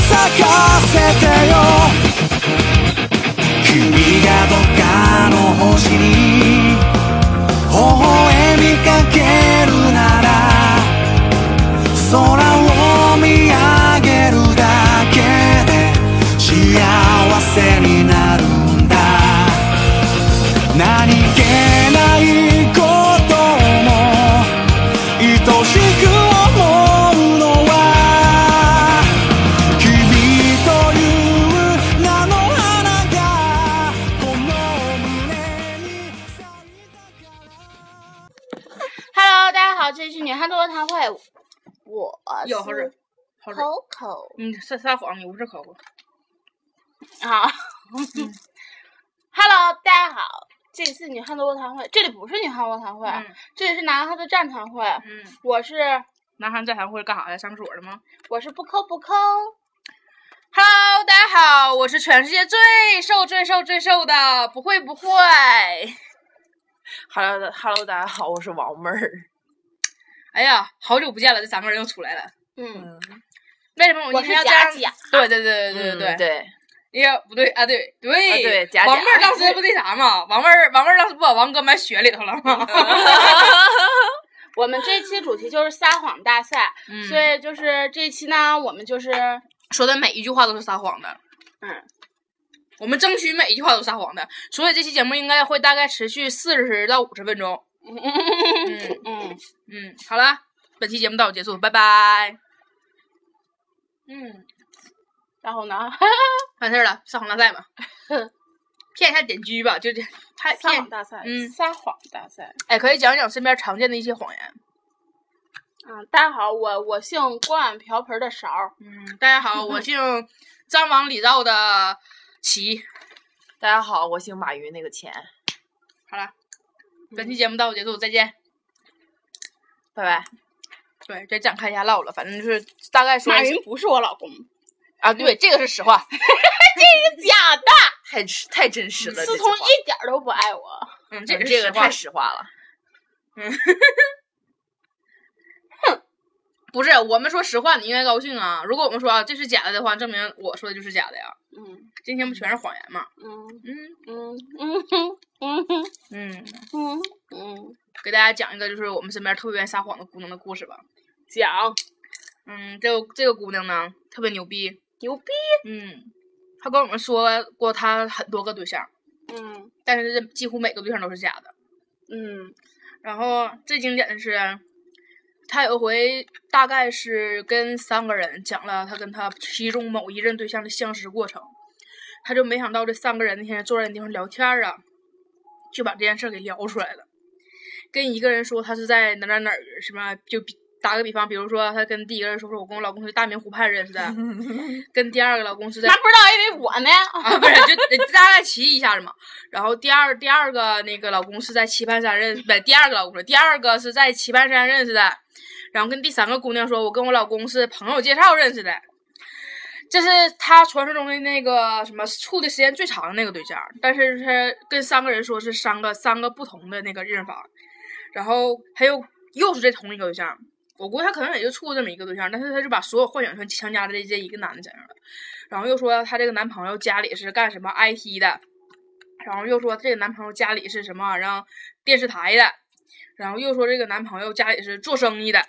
せてよ君がどっかの星に微笑みかけるなら空を見上げるだけで幸せになるんだ何気ないことも愛しく思うのは君という名の花がこの胸に咲いたから Hello，大家好，这里是女汉子座谈会，我有好是热，好热。 Coco 你嗯撒撒谎，你不是考过。啊。Hello，大家好，这里是女汉子座谈会，这里不是女汉子座谈会，啊嗯这里是男汉子站谈会。嗯，我是南韩在韩会干啥呀？上厕所了吗我是不抠不抠， ？Hello，大家好，我是全世界最瘦、最瘦、最瘦的，不会不会。 Hello，大 Hello，大家好，我是王妹儿。哎呀，好久不见了，这三个人又出来了。嗯，为什么我我们是要这假样？假，对对对对对嗯对对对。对，哎呀，不对啊，对对对假王假妹儿当时不那啥嘛？王妹儿王妹儿当时不把王哥埋雪里头了吗？我们这期主题就是撒谎大赛， 嗯所以就是这期呢，我们就是说的每一句话都是撒谎的。嗯，我们争取每一句话都撒谎的，所以这期节目应该会大概持续四十到五十分 钟。嗯嗯嗯，好了，本期节目到此结束，拜拜。嗯，然后呢，完事儿了，撒谎大赛吧，骗一下点击吧，就 这，还撒骗谎大赛，嗯撒谎大赛。哎，可以讲一讲身边常见的一些谎言。嗯，大家好，我我姓冠，瓢盆的勺儿。嗯，大家 好，我姓张王李赵的齐。嗯大家好，我姓马云，那个钱，好了，本期节目到此结束，再见。拜拜。对，再展开一下唠了，反正就是大概说马一下云不是我老公，啊，对，这个是实话。假的，太真太真实了，思这句聪话一点儿都不爱我。嗯，嗯也是这实个话嗯太。实话了。不是，我们说实话，你应该高兴啊。如果我们说啊这是假的的话，证明我说的就是假的呀。嗯今天不全是谎言嘛？嗯嗯嗯嗯哼嗯哼嗯，嗯嗯，给大家讲一个就是我们身边特别愿意撒谎的姑娘的故事吧。讲嗯，这个这个姑娘呢特别牛逼，牛逼。嗯，她跟我们说过她很多个对象，嗯但是这几乎每个对象都是假的。嗯然后最经典的是，她有回大概是跟三个人讲了她跟她其中某一任对象的相识过程，她就没想到这三个人那天坐在那地方聊天儿啊，就把这件事儿给聊出来了。跟一个人说他是在哪儿哪儿哪儿什么，就比打个比方，比如说她跟第一个人说说我跟我老公是大明湖畔认识的，跟第二个老公是在 那不知道，因为我 呢，啊，不是，就大概提一下子嘛。然后第二第二个那个老公是在棋盘山认识，不，第二个老公说，第二个是在棋盘山认识的。然后跟第三个姑娘说，我跟我老公是朋友介绍认识的，这是他传说中的那个什么处的时间最长的那个对象，但是他跟三个人说是三个三个不同的那个认识法，然后他又又是这同一个对象。我估计他可能也就处过这么一个对象，但是他就把所有幻想全强加在这一个男的身上了。然后又说她这个男朋友家里是干什么 IT 的，然后又说这个男朋友家里是什么让电视台的，然后又说这个男朋友家里是做生意的，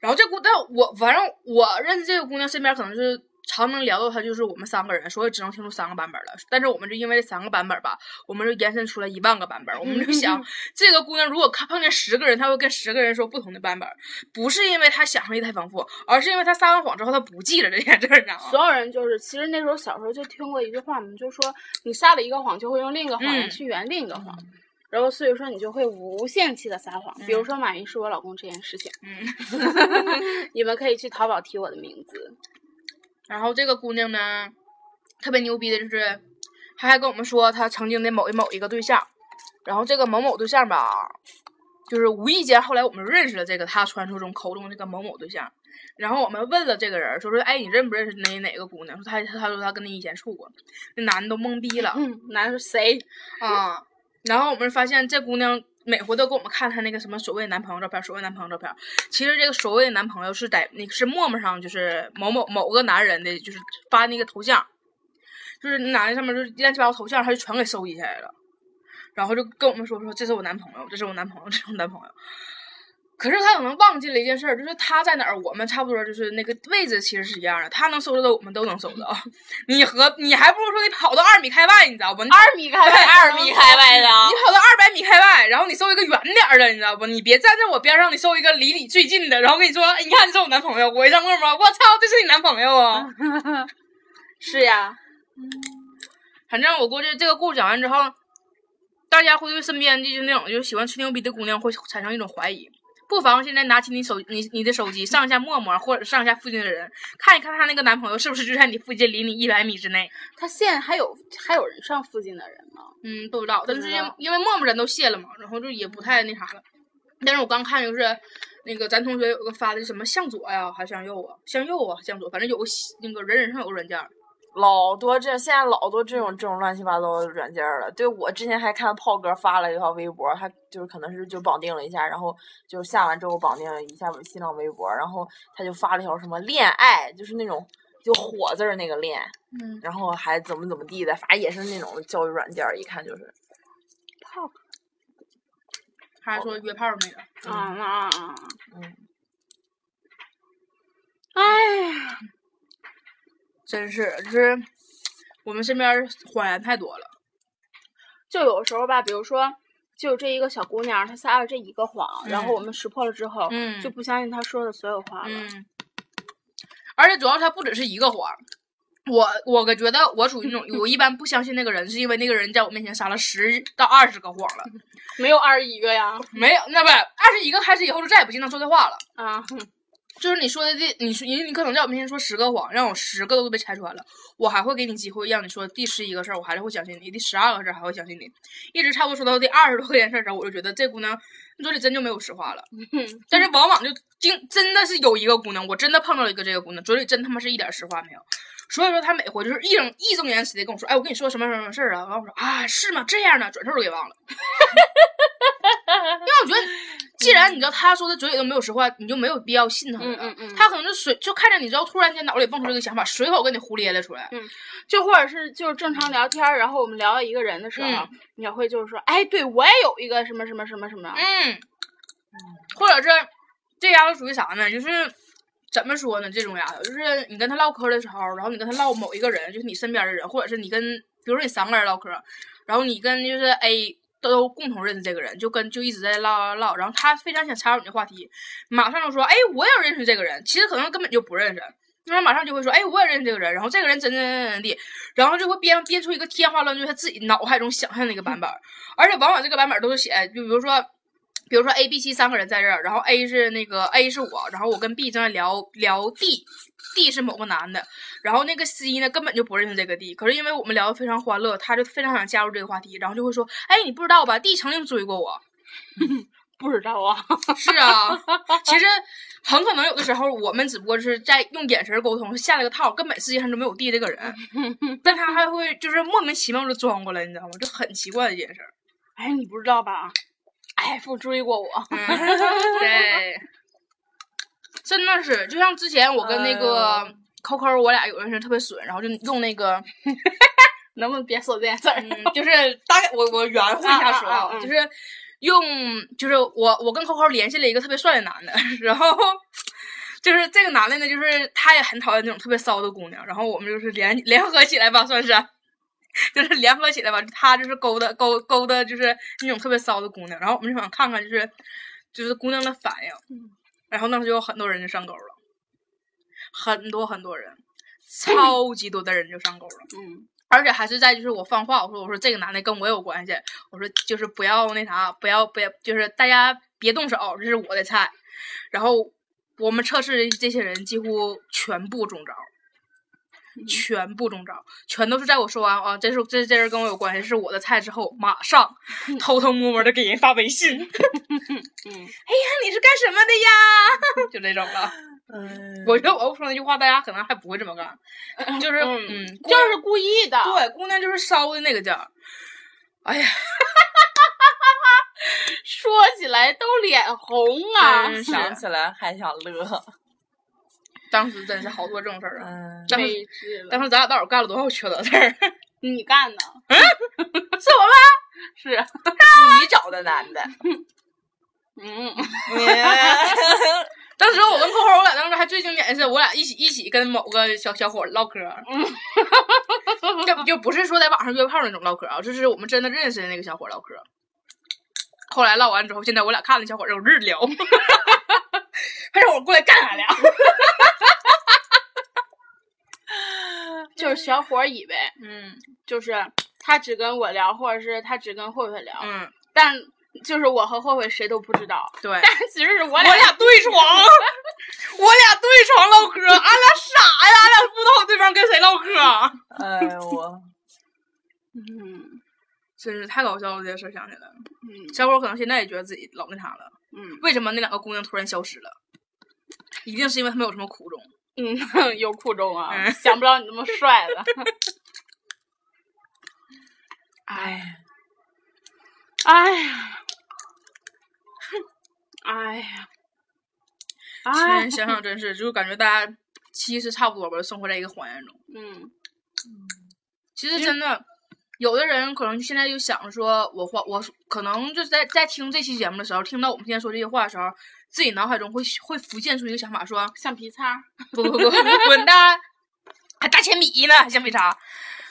然后这姑，但我反正我认识这个姑娘身边可能是常能聊到她，就是我们三个人，所以只能听出三个版本了。但是我们就因为这三个版本吧，我们就延伸出来一万个版本。我们就嗯想，这个姑娘如果看碰见十个人，她会跟十个人说不同的版本，不是因为她想象力太丰富，而是因为她撒完谎之后她不记得这件事儿，你知道吗？所有人就是，其实那时候小时候就听过一句话嘛，就说你撒了一个谎，就会用另一个谎言嗯去圆另一个谎。然后，所以说你就会无限期的撒谎，比如说马云是我老公这件事情，嗯。 你们可以去淘宝提我的名字。然后这个姑娘呢，特别牛逼的就是，她还跟我们说她曾经的某一某一个对象，然后这个某某对象吧，就是无意间后来我们认识了这个她传说中口中这个某某对象，然后我们问了这个人，说说哎你认不认识哪哪个姑娘？说她她说她跟你以前处过，那男的都懵逼了嗯，男谁？啊。然后我们发现这姑娘每回都给我们看她那个什么所谓男朋友照片，所谓男朋友照片。其实这个所谓的男朋友是在那个是陌陌上，就是某某某个男人的，就是发那个头像，就是那男的上面就是乱七八糟头像，他就全给收集下来了，然后就跟我们说说这是我男朋友，这是我男朋友，这是我男朋友。可是他可能忘记了一件事儿，就是他在哪儿，我们差不多就是那个位置其实是一样的，他能收拾到，我们都能收拾到。 你和你还不如说你跑到二米开外，你知道不？你二米开外，二米开外的，啊你跑到二百米开外，然后你搜一个远点儿的，你知道不？你别站在我边上，你搜一个离你最近的，然后跟你说，哎，你看这是我男朋友，我一上陌陌，我操，这是你男朋 友啊！嗯是呀，反正我估计这个故事讲完之后，大家会对身边就是那种就是喜欢吹牛逼的姑娘会产生一种怀疑。不妨现在拿起你手你你的手机上一下陌陌，或者上一下附近的人，看一看她那个男朋友是不是就在你附近，离你一百米之内。他现在还有还有人上附近的人吗？嗯，不知道，但知是因道因为陌陌咱都卸了嘛，然后就也不太那啥了。但是我刚看就是，那个咱同学有个发的什么向左呀，还是向右啊？向右啊，向左，反正有个西那个人人上有个软件儿，老多这现在老多这种这种乱七八糟的软件儿了。对我之前还看炮哥发了一条微博，他就是可能是就绑定了一下，然后就下完之后绑定了一下新浪微博，然后他就发了一条什么恋爱，就是那种就火字儿那个恋，嗯，然后还怎么怎么地的，反正也是那种教育软件儿，一看就是。他还说约炮那个。啊啊啊！啊嗯，哎呀，真是，就是我们身边儿谎言太多了。就有时候吧，比如说，就这一个小姑娘，她撒了这一个谎，然后我们识破了之后，嗯就不相信她说的所有话了。嗯，而且主要他不只是一个谎。我我个觉得我属于那种，我一般不相信那个人，是因为那个人在我面前撒了十到二十个谎了，没有二十一个呀，没有，那不二十一个开始以后就再也不经常说这话了。啊，就是你说的这，你说你你可能在我面前说十个谎，让我十个都被拆穿了，我还会给你机会让你说第十一个事儿，我还是会相信你；第十二个事儿还会相信你，一直差不多说到第二十多件事儿的时候，我就觉得这姑娘你嘴里真就没有实话了。嗯但是往往就经真的是有一个姑娘，我真的碰到了一个这个姑娘，嘴里真他妈是一点实话没有。所以说她每回就是义正义正言辞的跟我说，哎，我跟你说什么什么什么事儿啊？然后我说啊，是吗？这样的，转头就 给忘了。因为我觉得，既然你知道她说的嘴里都没有实话，你就没有必要信她了。嗯嗯嗯她可能就随就看着你之后，突然间脑里蹦出这个想法，随口给你胡咧咧出来。就或者是就是正常聊天儿，然后我们聊到一个人的时候，嗯你也会就是说，哎，对我也有一个什么什么什么什么，嗯，或者是这丫头属于啥呢？就是怎么说呢？这种丫头，就是你跟她唠嗑的时候，然后你跟她唠某一个人，就是你身边的人，或者是你跟，比如说你三个人唠嗑，然后你跟就是 A 都共同认识这个人，就跟就一直在唠唠唠，然后他非常想插入你的话题，马上就说，哎，我也认识这个人，其实可能根本就不认识。那他马上就会说，哎，我也认识这个人，然后这个人怎怎怎怎地，然后就会编编出一个天花乱坠他自己脑海中想象的一个版本儿，而且往往这个版本儿都是写，就比如说比如说 A、B、C 三个人在这儿，然后 A 是那个 A 是我，然后我跟 B 正在聊聊 D，D 是某个男的，然后那个 C 呢根本就不认识这个 D，可是因为我们聊得非常欢乐，他就非常想加入这个话题，然后就会说，哎，你不知道吧，D 曾经追过我。不知道啊， 是啊， 其实很可能有的时候我们只不过是在用眼神沟通，下了个套，根本世界上就没有 D 这个人，但他还会就是莫名其妙就装过来，你知道吗？就很奇怪的一件事儿。哎，你不知道吧？哎，不追过我，嗯， 对，真的是，就像之前我跟那哎个扣扣，我俩有的时候特别损，然后就用那个，能不能别说这件事儿？嗯，就是大概我我圆乎一下说啊啊啊嗯就是用，就是我我跟扣扣联系了一个特别帅的男的，然后。就是这个男的呢，就是他也很讨厌那种特别骚的姑娘，然后我们就是联联合起来吧，算是，就是联合起来吧，他就是勾搭勾勾搭就是那种特别骚的姑娘，然后我们就想看看就是就是姑娘的反应，嗯然后当时就有很多人就上钩了，很多很 多人，超级多的人就上钩了，嗯，而且还是在就是我放话，我说我说这个男的跟我有关系，我说就是不要那啥，不要不要，就是大家别动手，这是我的菜，然后我们测试的这些人几乎全部中招。嗯全部中招，全都是在我说完啊，这是这这人跟我有关系，是我的菜之后，马上嗯偷偷摸摸的给人发微 信，哎呀，你是干什么的呀？ 就这 种了。呃我觉得我要不说那句话，大家可能还不会这么干，就是嗯嗯，姑就娘是故意的，对，姑娘就是烧的那个劲儿。哎呀，说起来都脸红啊。真是想起来还想乐。当时真是好多这种事儿啊！ 嗯，当时没治了，当时咱俩到底干了多少缺德事儿？啊 你干的是我吗？是，你找的男的。 嗯，当时我跟扣扣，我俩当时还最经典的是，我俩一起一起跟某个小小伙唠嗑儿，就就不是说在网上约炮那种唠嗑啊，就是我们真的认识的那个小伙唠嗑。后来唠完之后，现在我俩看那小伙有日聊， 他让我过来干俺俩。就是小伙儿以为嗯就是他只跟我聊，或者是他只跟慧慧聊，嗯，但就是我和慧慧谁都不知道，对但，其实是我我俩俩对床，我俩对床唠嗑，俺俩傻呀，俺俩不知道对方跟谁唠嗑， 哎呦我，嗯真是太搞笑了，这事儿想起来了。嗯小伙可能现在也觉得自己老那啥了。嗯为什么那两个姑娘突然消失了？一定是因为他们有什么苦衷。嗯， 有苦衷啊，嗯想不到你这么帅 的哎，哎呀，哎呀，现哎 在，想想真是，就是感觉大家其实差不多吧，生活在一个谎言中。嗯其实真的，有的人可能现在就想着说，我话我可能就是在在听这期节目的时候，听到我们现在说这些话的时候，自己脑海中会会浮现出一个想法，说橡皮擦，不不不，滚蛋！还大铅笔呢，还橡皮擦。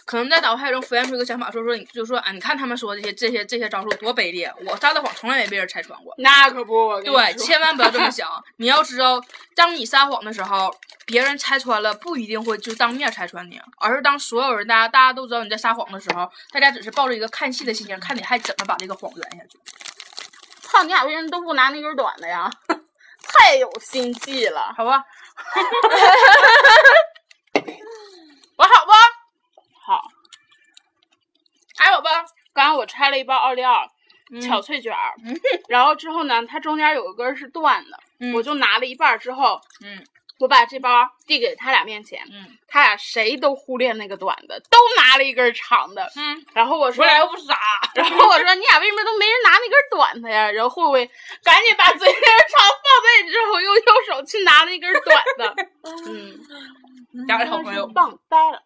可能在脑海中浮现出一个想法，说说你就说啊，你看他们说这些这些这些招数多卑劣，我撒的谎从来没被人拆穿过。那可不，我跟你对，说千万不要这么想。你要知道，当你撒谎的时候，别人拆穿了，不一定会就当面拆穿你，而是当所有人大家大家都知道你在撒谎的时候，大家只是抱着一个看戏的心情，看你还怎么把这个谎圆下去。操，你俩为什么都不拿那根短的呀？ 太有心计了，好吧，我好不？好。还有吧？刚刚我拆了一包奥利奥巧脆卷儿，然后之后呢，它中间有一根儿是断的，嗯我就拿了一半儿之后，嗯我把这包递给他俩面前，嗯他俩谁都忽略那个短的，都拿了一根儿长 的。嗯，然后我说我，俩又不傻，然后我说你俩为什么都没人拿那根儿短的呀？ 然后慧慧赶紧把嘴那根儿长放在之后，又右手去拿了一根儿短的， 嗯，俩人好朋友。棒呆了。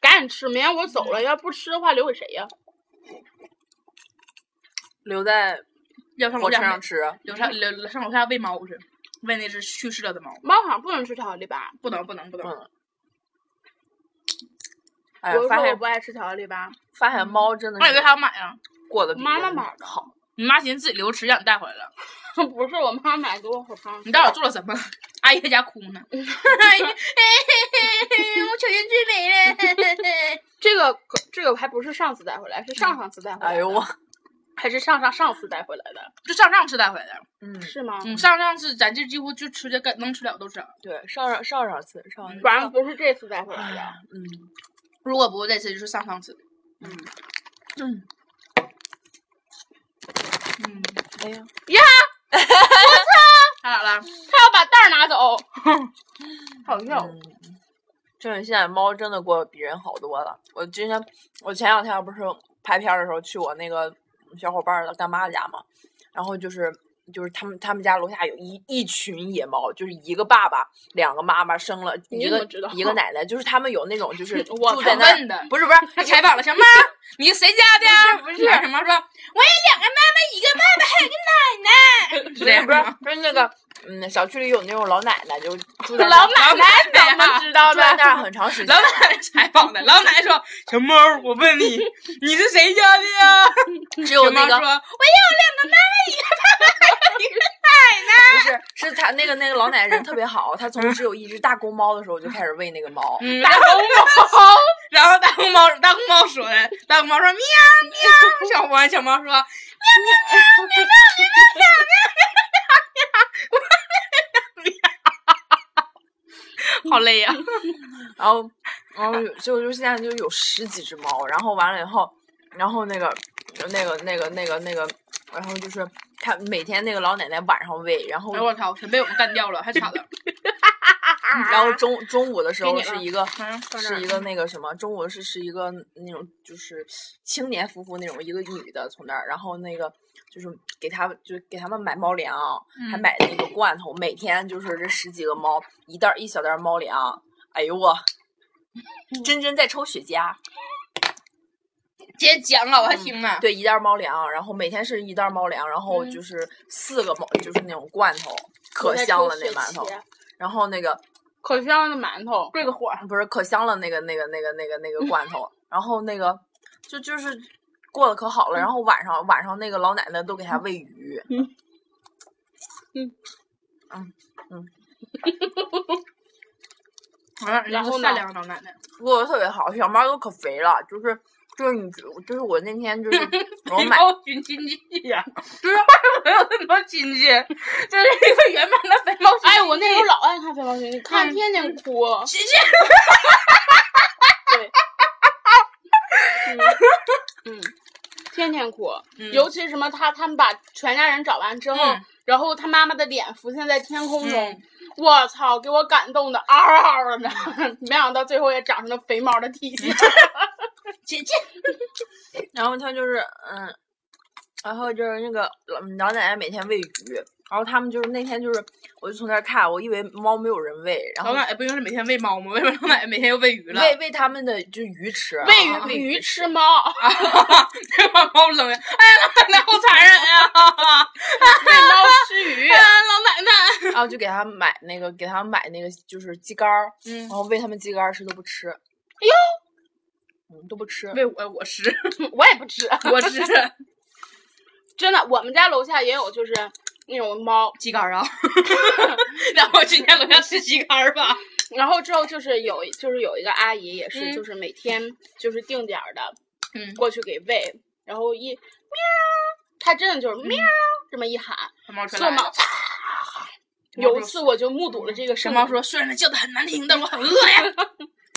赶紧吃，明天我走了，要不吃的话留给谁呀？留在要上火楼车下上，吃，留上留上楼下喂猫去，喂那只去世了的猫。猫好像不能吃巧克力吧？不能不能不能，嗯。哎我，就发说我现不爱吃巧克力吧， 发现猫真的那你为是啥买啊？过得比妈妈人买的好。你妈寻思自己留吃，让你带回来了。不是我妈买给我口汤。你到底做了什么？阿姨在家哭呢。 阿姨，我瞅见最美了。 这个可这个还不是上次带回来，是上上次带回来的。哎呦我，还是上上上次带回来的，就上上次带回来的，嗯，是吗？嗯，上上次咱这几乎就吃的干能吃了都吃了。对，上上上上次上上次反正不是这次带回来的。嗯，如果不这次就是上上次。嗯，嗯，哎呀，他咋了？他要把袋儿拿 走，好笑。嗯，真的，现在猫真的过得比人好多了。我之前，我前两天不是拍片儿的时候去我那个小伙伴儿的干妈家嘛，然后就是就是他们他们家楼下有一一群野猫，就是一个爸爸两个妈妈生了你一怎个么知道一个奶奶，就是他们有那种就是我住才在那问的儿，不是不是， 他采访了什么？你是谁家的呀？不是什么说，我有两个妈妈，一个爸爸，还有一个奶 奶。是不这是样不是吗？不是那个嗯，小区里有那种老奶奶就住在那老儿奶奶怎么知道住的？在那儿很长时间老了。奶奶采访的，老奶奶说：“小猫，我问你，你是谁家的呀？”只有小猫那说：“我有个两个妈妈，一个不是，是他那个那个老奶奶人特别好， 她从只有一只大公猫的时候就开始喂那个猫。嗯，大红猫，然后大红猫，大红猫说的，大红猫说喵喵，小黄小猫说喵喵喵喵喵喵喵喵喵喵喵，喵，好累呀、然后，然后有就就现在就有十几只猫，然后完了以后，然后那个那个那个那个那个，然后就是她每天那个老奶奶晚上喂，然后哎我操，全被我们干掉了，还惨了，然后中中午的时给候你是了一个嗯放这儿是一个那个什么，中午是是一个那种就是青年夫妇那种一个女的从那儿，然后那个就是给他们就是给他们买猫粮，还嗯买那个罐头，每天就是这十几个猫一袋儿一小袋儿猫粮，哎呦我。嗯真真在抽雪啊茄，接着讲啊，我还听呢。对，一袋儿猫粮，然后每天是一袋儿猫粮，然后嗯就是四个猫，就是那种罐头，可香了那馒头。然后那个可香的馒头，对个火，不是可香了那个那个那个那个那个罐头，然后那个就就是过得可好了，然后晚上晚上那个老奶奶都给他喂鱼，嗯嗯嗯嗯嗯，完了，然后呢善良老奶奶，过得特别好，小猫都可肥了，就是就是你就是我那天就是我你买把我寻亲戚呀、就是没有那么多亲戚，这是一个圆满的肥猫亲戚。哎，我那时候老爱看肥猫亲戚，看天天 哭。谢谢。嗯，天天哭，嗯尤其什么他他们把全家人找完之后，嗯然后他妈妈的脸浮现在天空中，嗯我操，给我感动的嗷嗷的呢，没想到最后也长成了肥猫的体 型。姐姐，然后他就是嗯，然后就是那个老老奶奶每天喂鱼，然后他们就是那天就是我就从那儿看，我以为猫没有人喂，然后老奶哎奶不就是每天喂猫吗？为什么老奶奶每天又喂鱼了？ 喂喂他们的就鱼吃，喂鱼、 啊喂 鱼吃猫，再把猫扔了。哎呀，老奶奶好残忍呀！ 喂猫吃鱼哎。呀，老奶奶。然后就给他们买那个，给他们买那个就是鸡肝儿，嗯然后喂他们鸡肝儿吃都不吃。哎呦，嗯，都不吃。喂呃我，我吃，我也不吃， 我吃真的，我们家楼下也有，就是那种猫，鸡肝 啊。然后今天楼下吃鸡肝儿吧。然后之后就是有就是有一个阿姨也是嗯就是每天就是定点儿的嗯，过去给喂，然后一喵，它真的嗯就是喵这么一喊，猫所传有来猫了。有一次我就目睹了这个小声嗯猫音，说：“虽然它叫的很难听，但我很饿 呀。”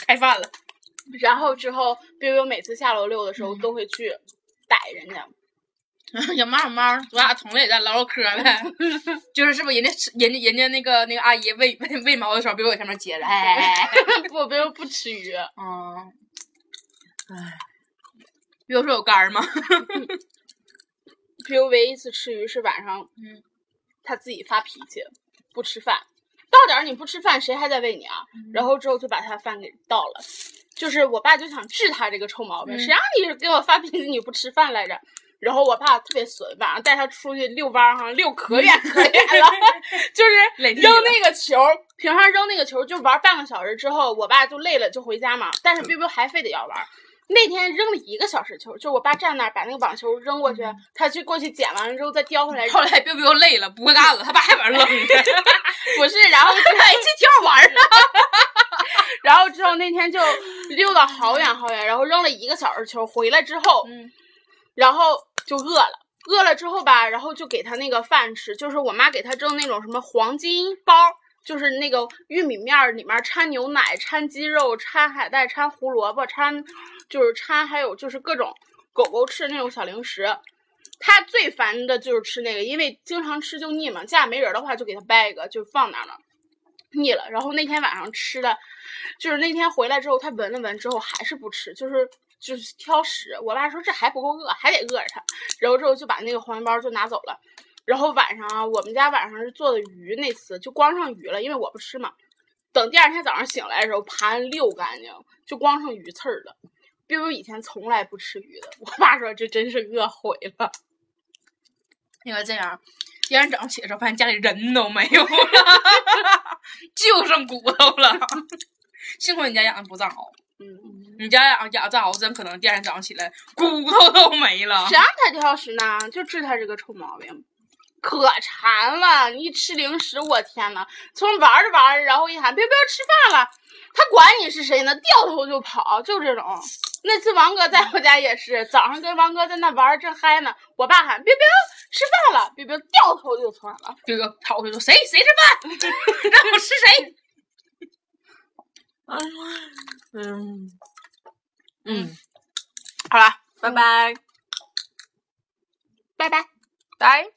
开饭 了，然后之后 biu biu 每次下楼遛的时嗯候都会去逮人家， 小猫小猫，我俩同类在唠唠嗑呗， 就是是不是人家吃人家人家那个那个阿姨喂喂喂猫的时候，别我前面接着，哎哎，哎不 biu biu 不吃鱼，嗯，唉，比如说有肝儿吗？biu biu 唯一一次吃鱼是晚上，嗯，他自己发脾气不吃饭，到点儿你不吃饭谁还在喂你啊？嗯然后之后就把他饭给倒了。就是我爸就想治他这个臭毛病，嗯谁让你给我发脾气你不吃饭来着？然后我爸特别损，晚上带他出去遛弯儿，好像遛可远可远了， 就是垒地扔嗯了那个球，平常扔那个球就玩半个小时之后，我爸就累了就回家嘛。但是嗯 biu biu 还非得要玩儿，那天扔了一个小时球，就我爸站那儿把那个网球扔过去，他去过去捡完了之后再叼回来， 后来 biu biu 累了，不会干了，他爸还把扔了， 不是，然后哎，这挺好玩儿的。 然后之后那天就溜到好远好远，然后扔了一个小时球，回来之后，嗯然后就饿了。饿了之后吧，然后就给他那个饭吃，就是我妈给他蒸那种什么黄金包，就是那个玉米面儿里面掺牛奶、掺鸡肉、掺海带、掺胡萝卜、掺就是掺还有就是各种狗狗吃的那种小零食。他最烦的就是吃那个，因为经常吃就腻嘛。家里没人的话，就给他掰一个，就放那儿了，腻了。然后那天晚上吃的，就是那天回来之后，他闻了闻之后还是不吃，就是就是挑食。我爸说这还不够饿，还得饿着他。然后之后就把那个黄面包就拿走了。然后晚上啊，我们家晚上是做的鱼，那次就光剩鱼了，因为我不吃嘛。等第二天早上醒来的时候，盘溜干净，就光剩鱼刺儿了。biu biu 以前从来不吃鱼的，我爸说这真是饿毁了。 那个这样，第二天早上起来的时候，发现家里人都没有了， 就剩骨头了。 幸亏你家养的不藏獒，嗯，你家养养藏獒，真可能第二天早上起来骨头都没了谁。让他挑食呢？就治他这个臭毛病，可馋了！你一吃零食，我天呐，从玩着玩着，然后一喊别别吃饭了，他管你是谁呢？掉头就跑，就这种。那次王哥在我家也是，早上跟王哥在那玩儿正嗨呢，我爸喊别别吃饭了，别别掉头就窜了。这个跑过去说谁谁吃饭， 让我吃谁。嗯嗯，好了。拜拜拜拜。拜。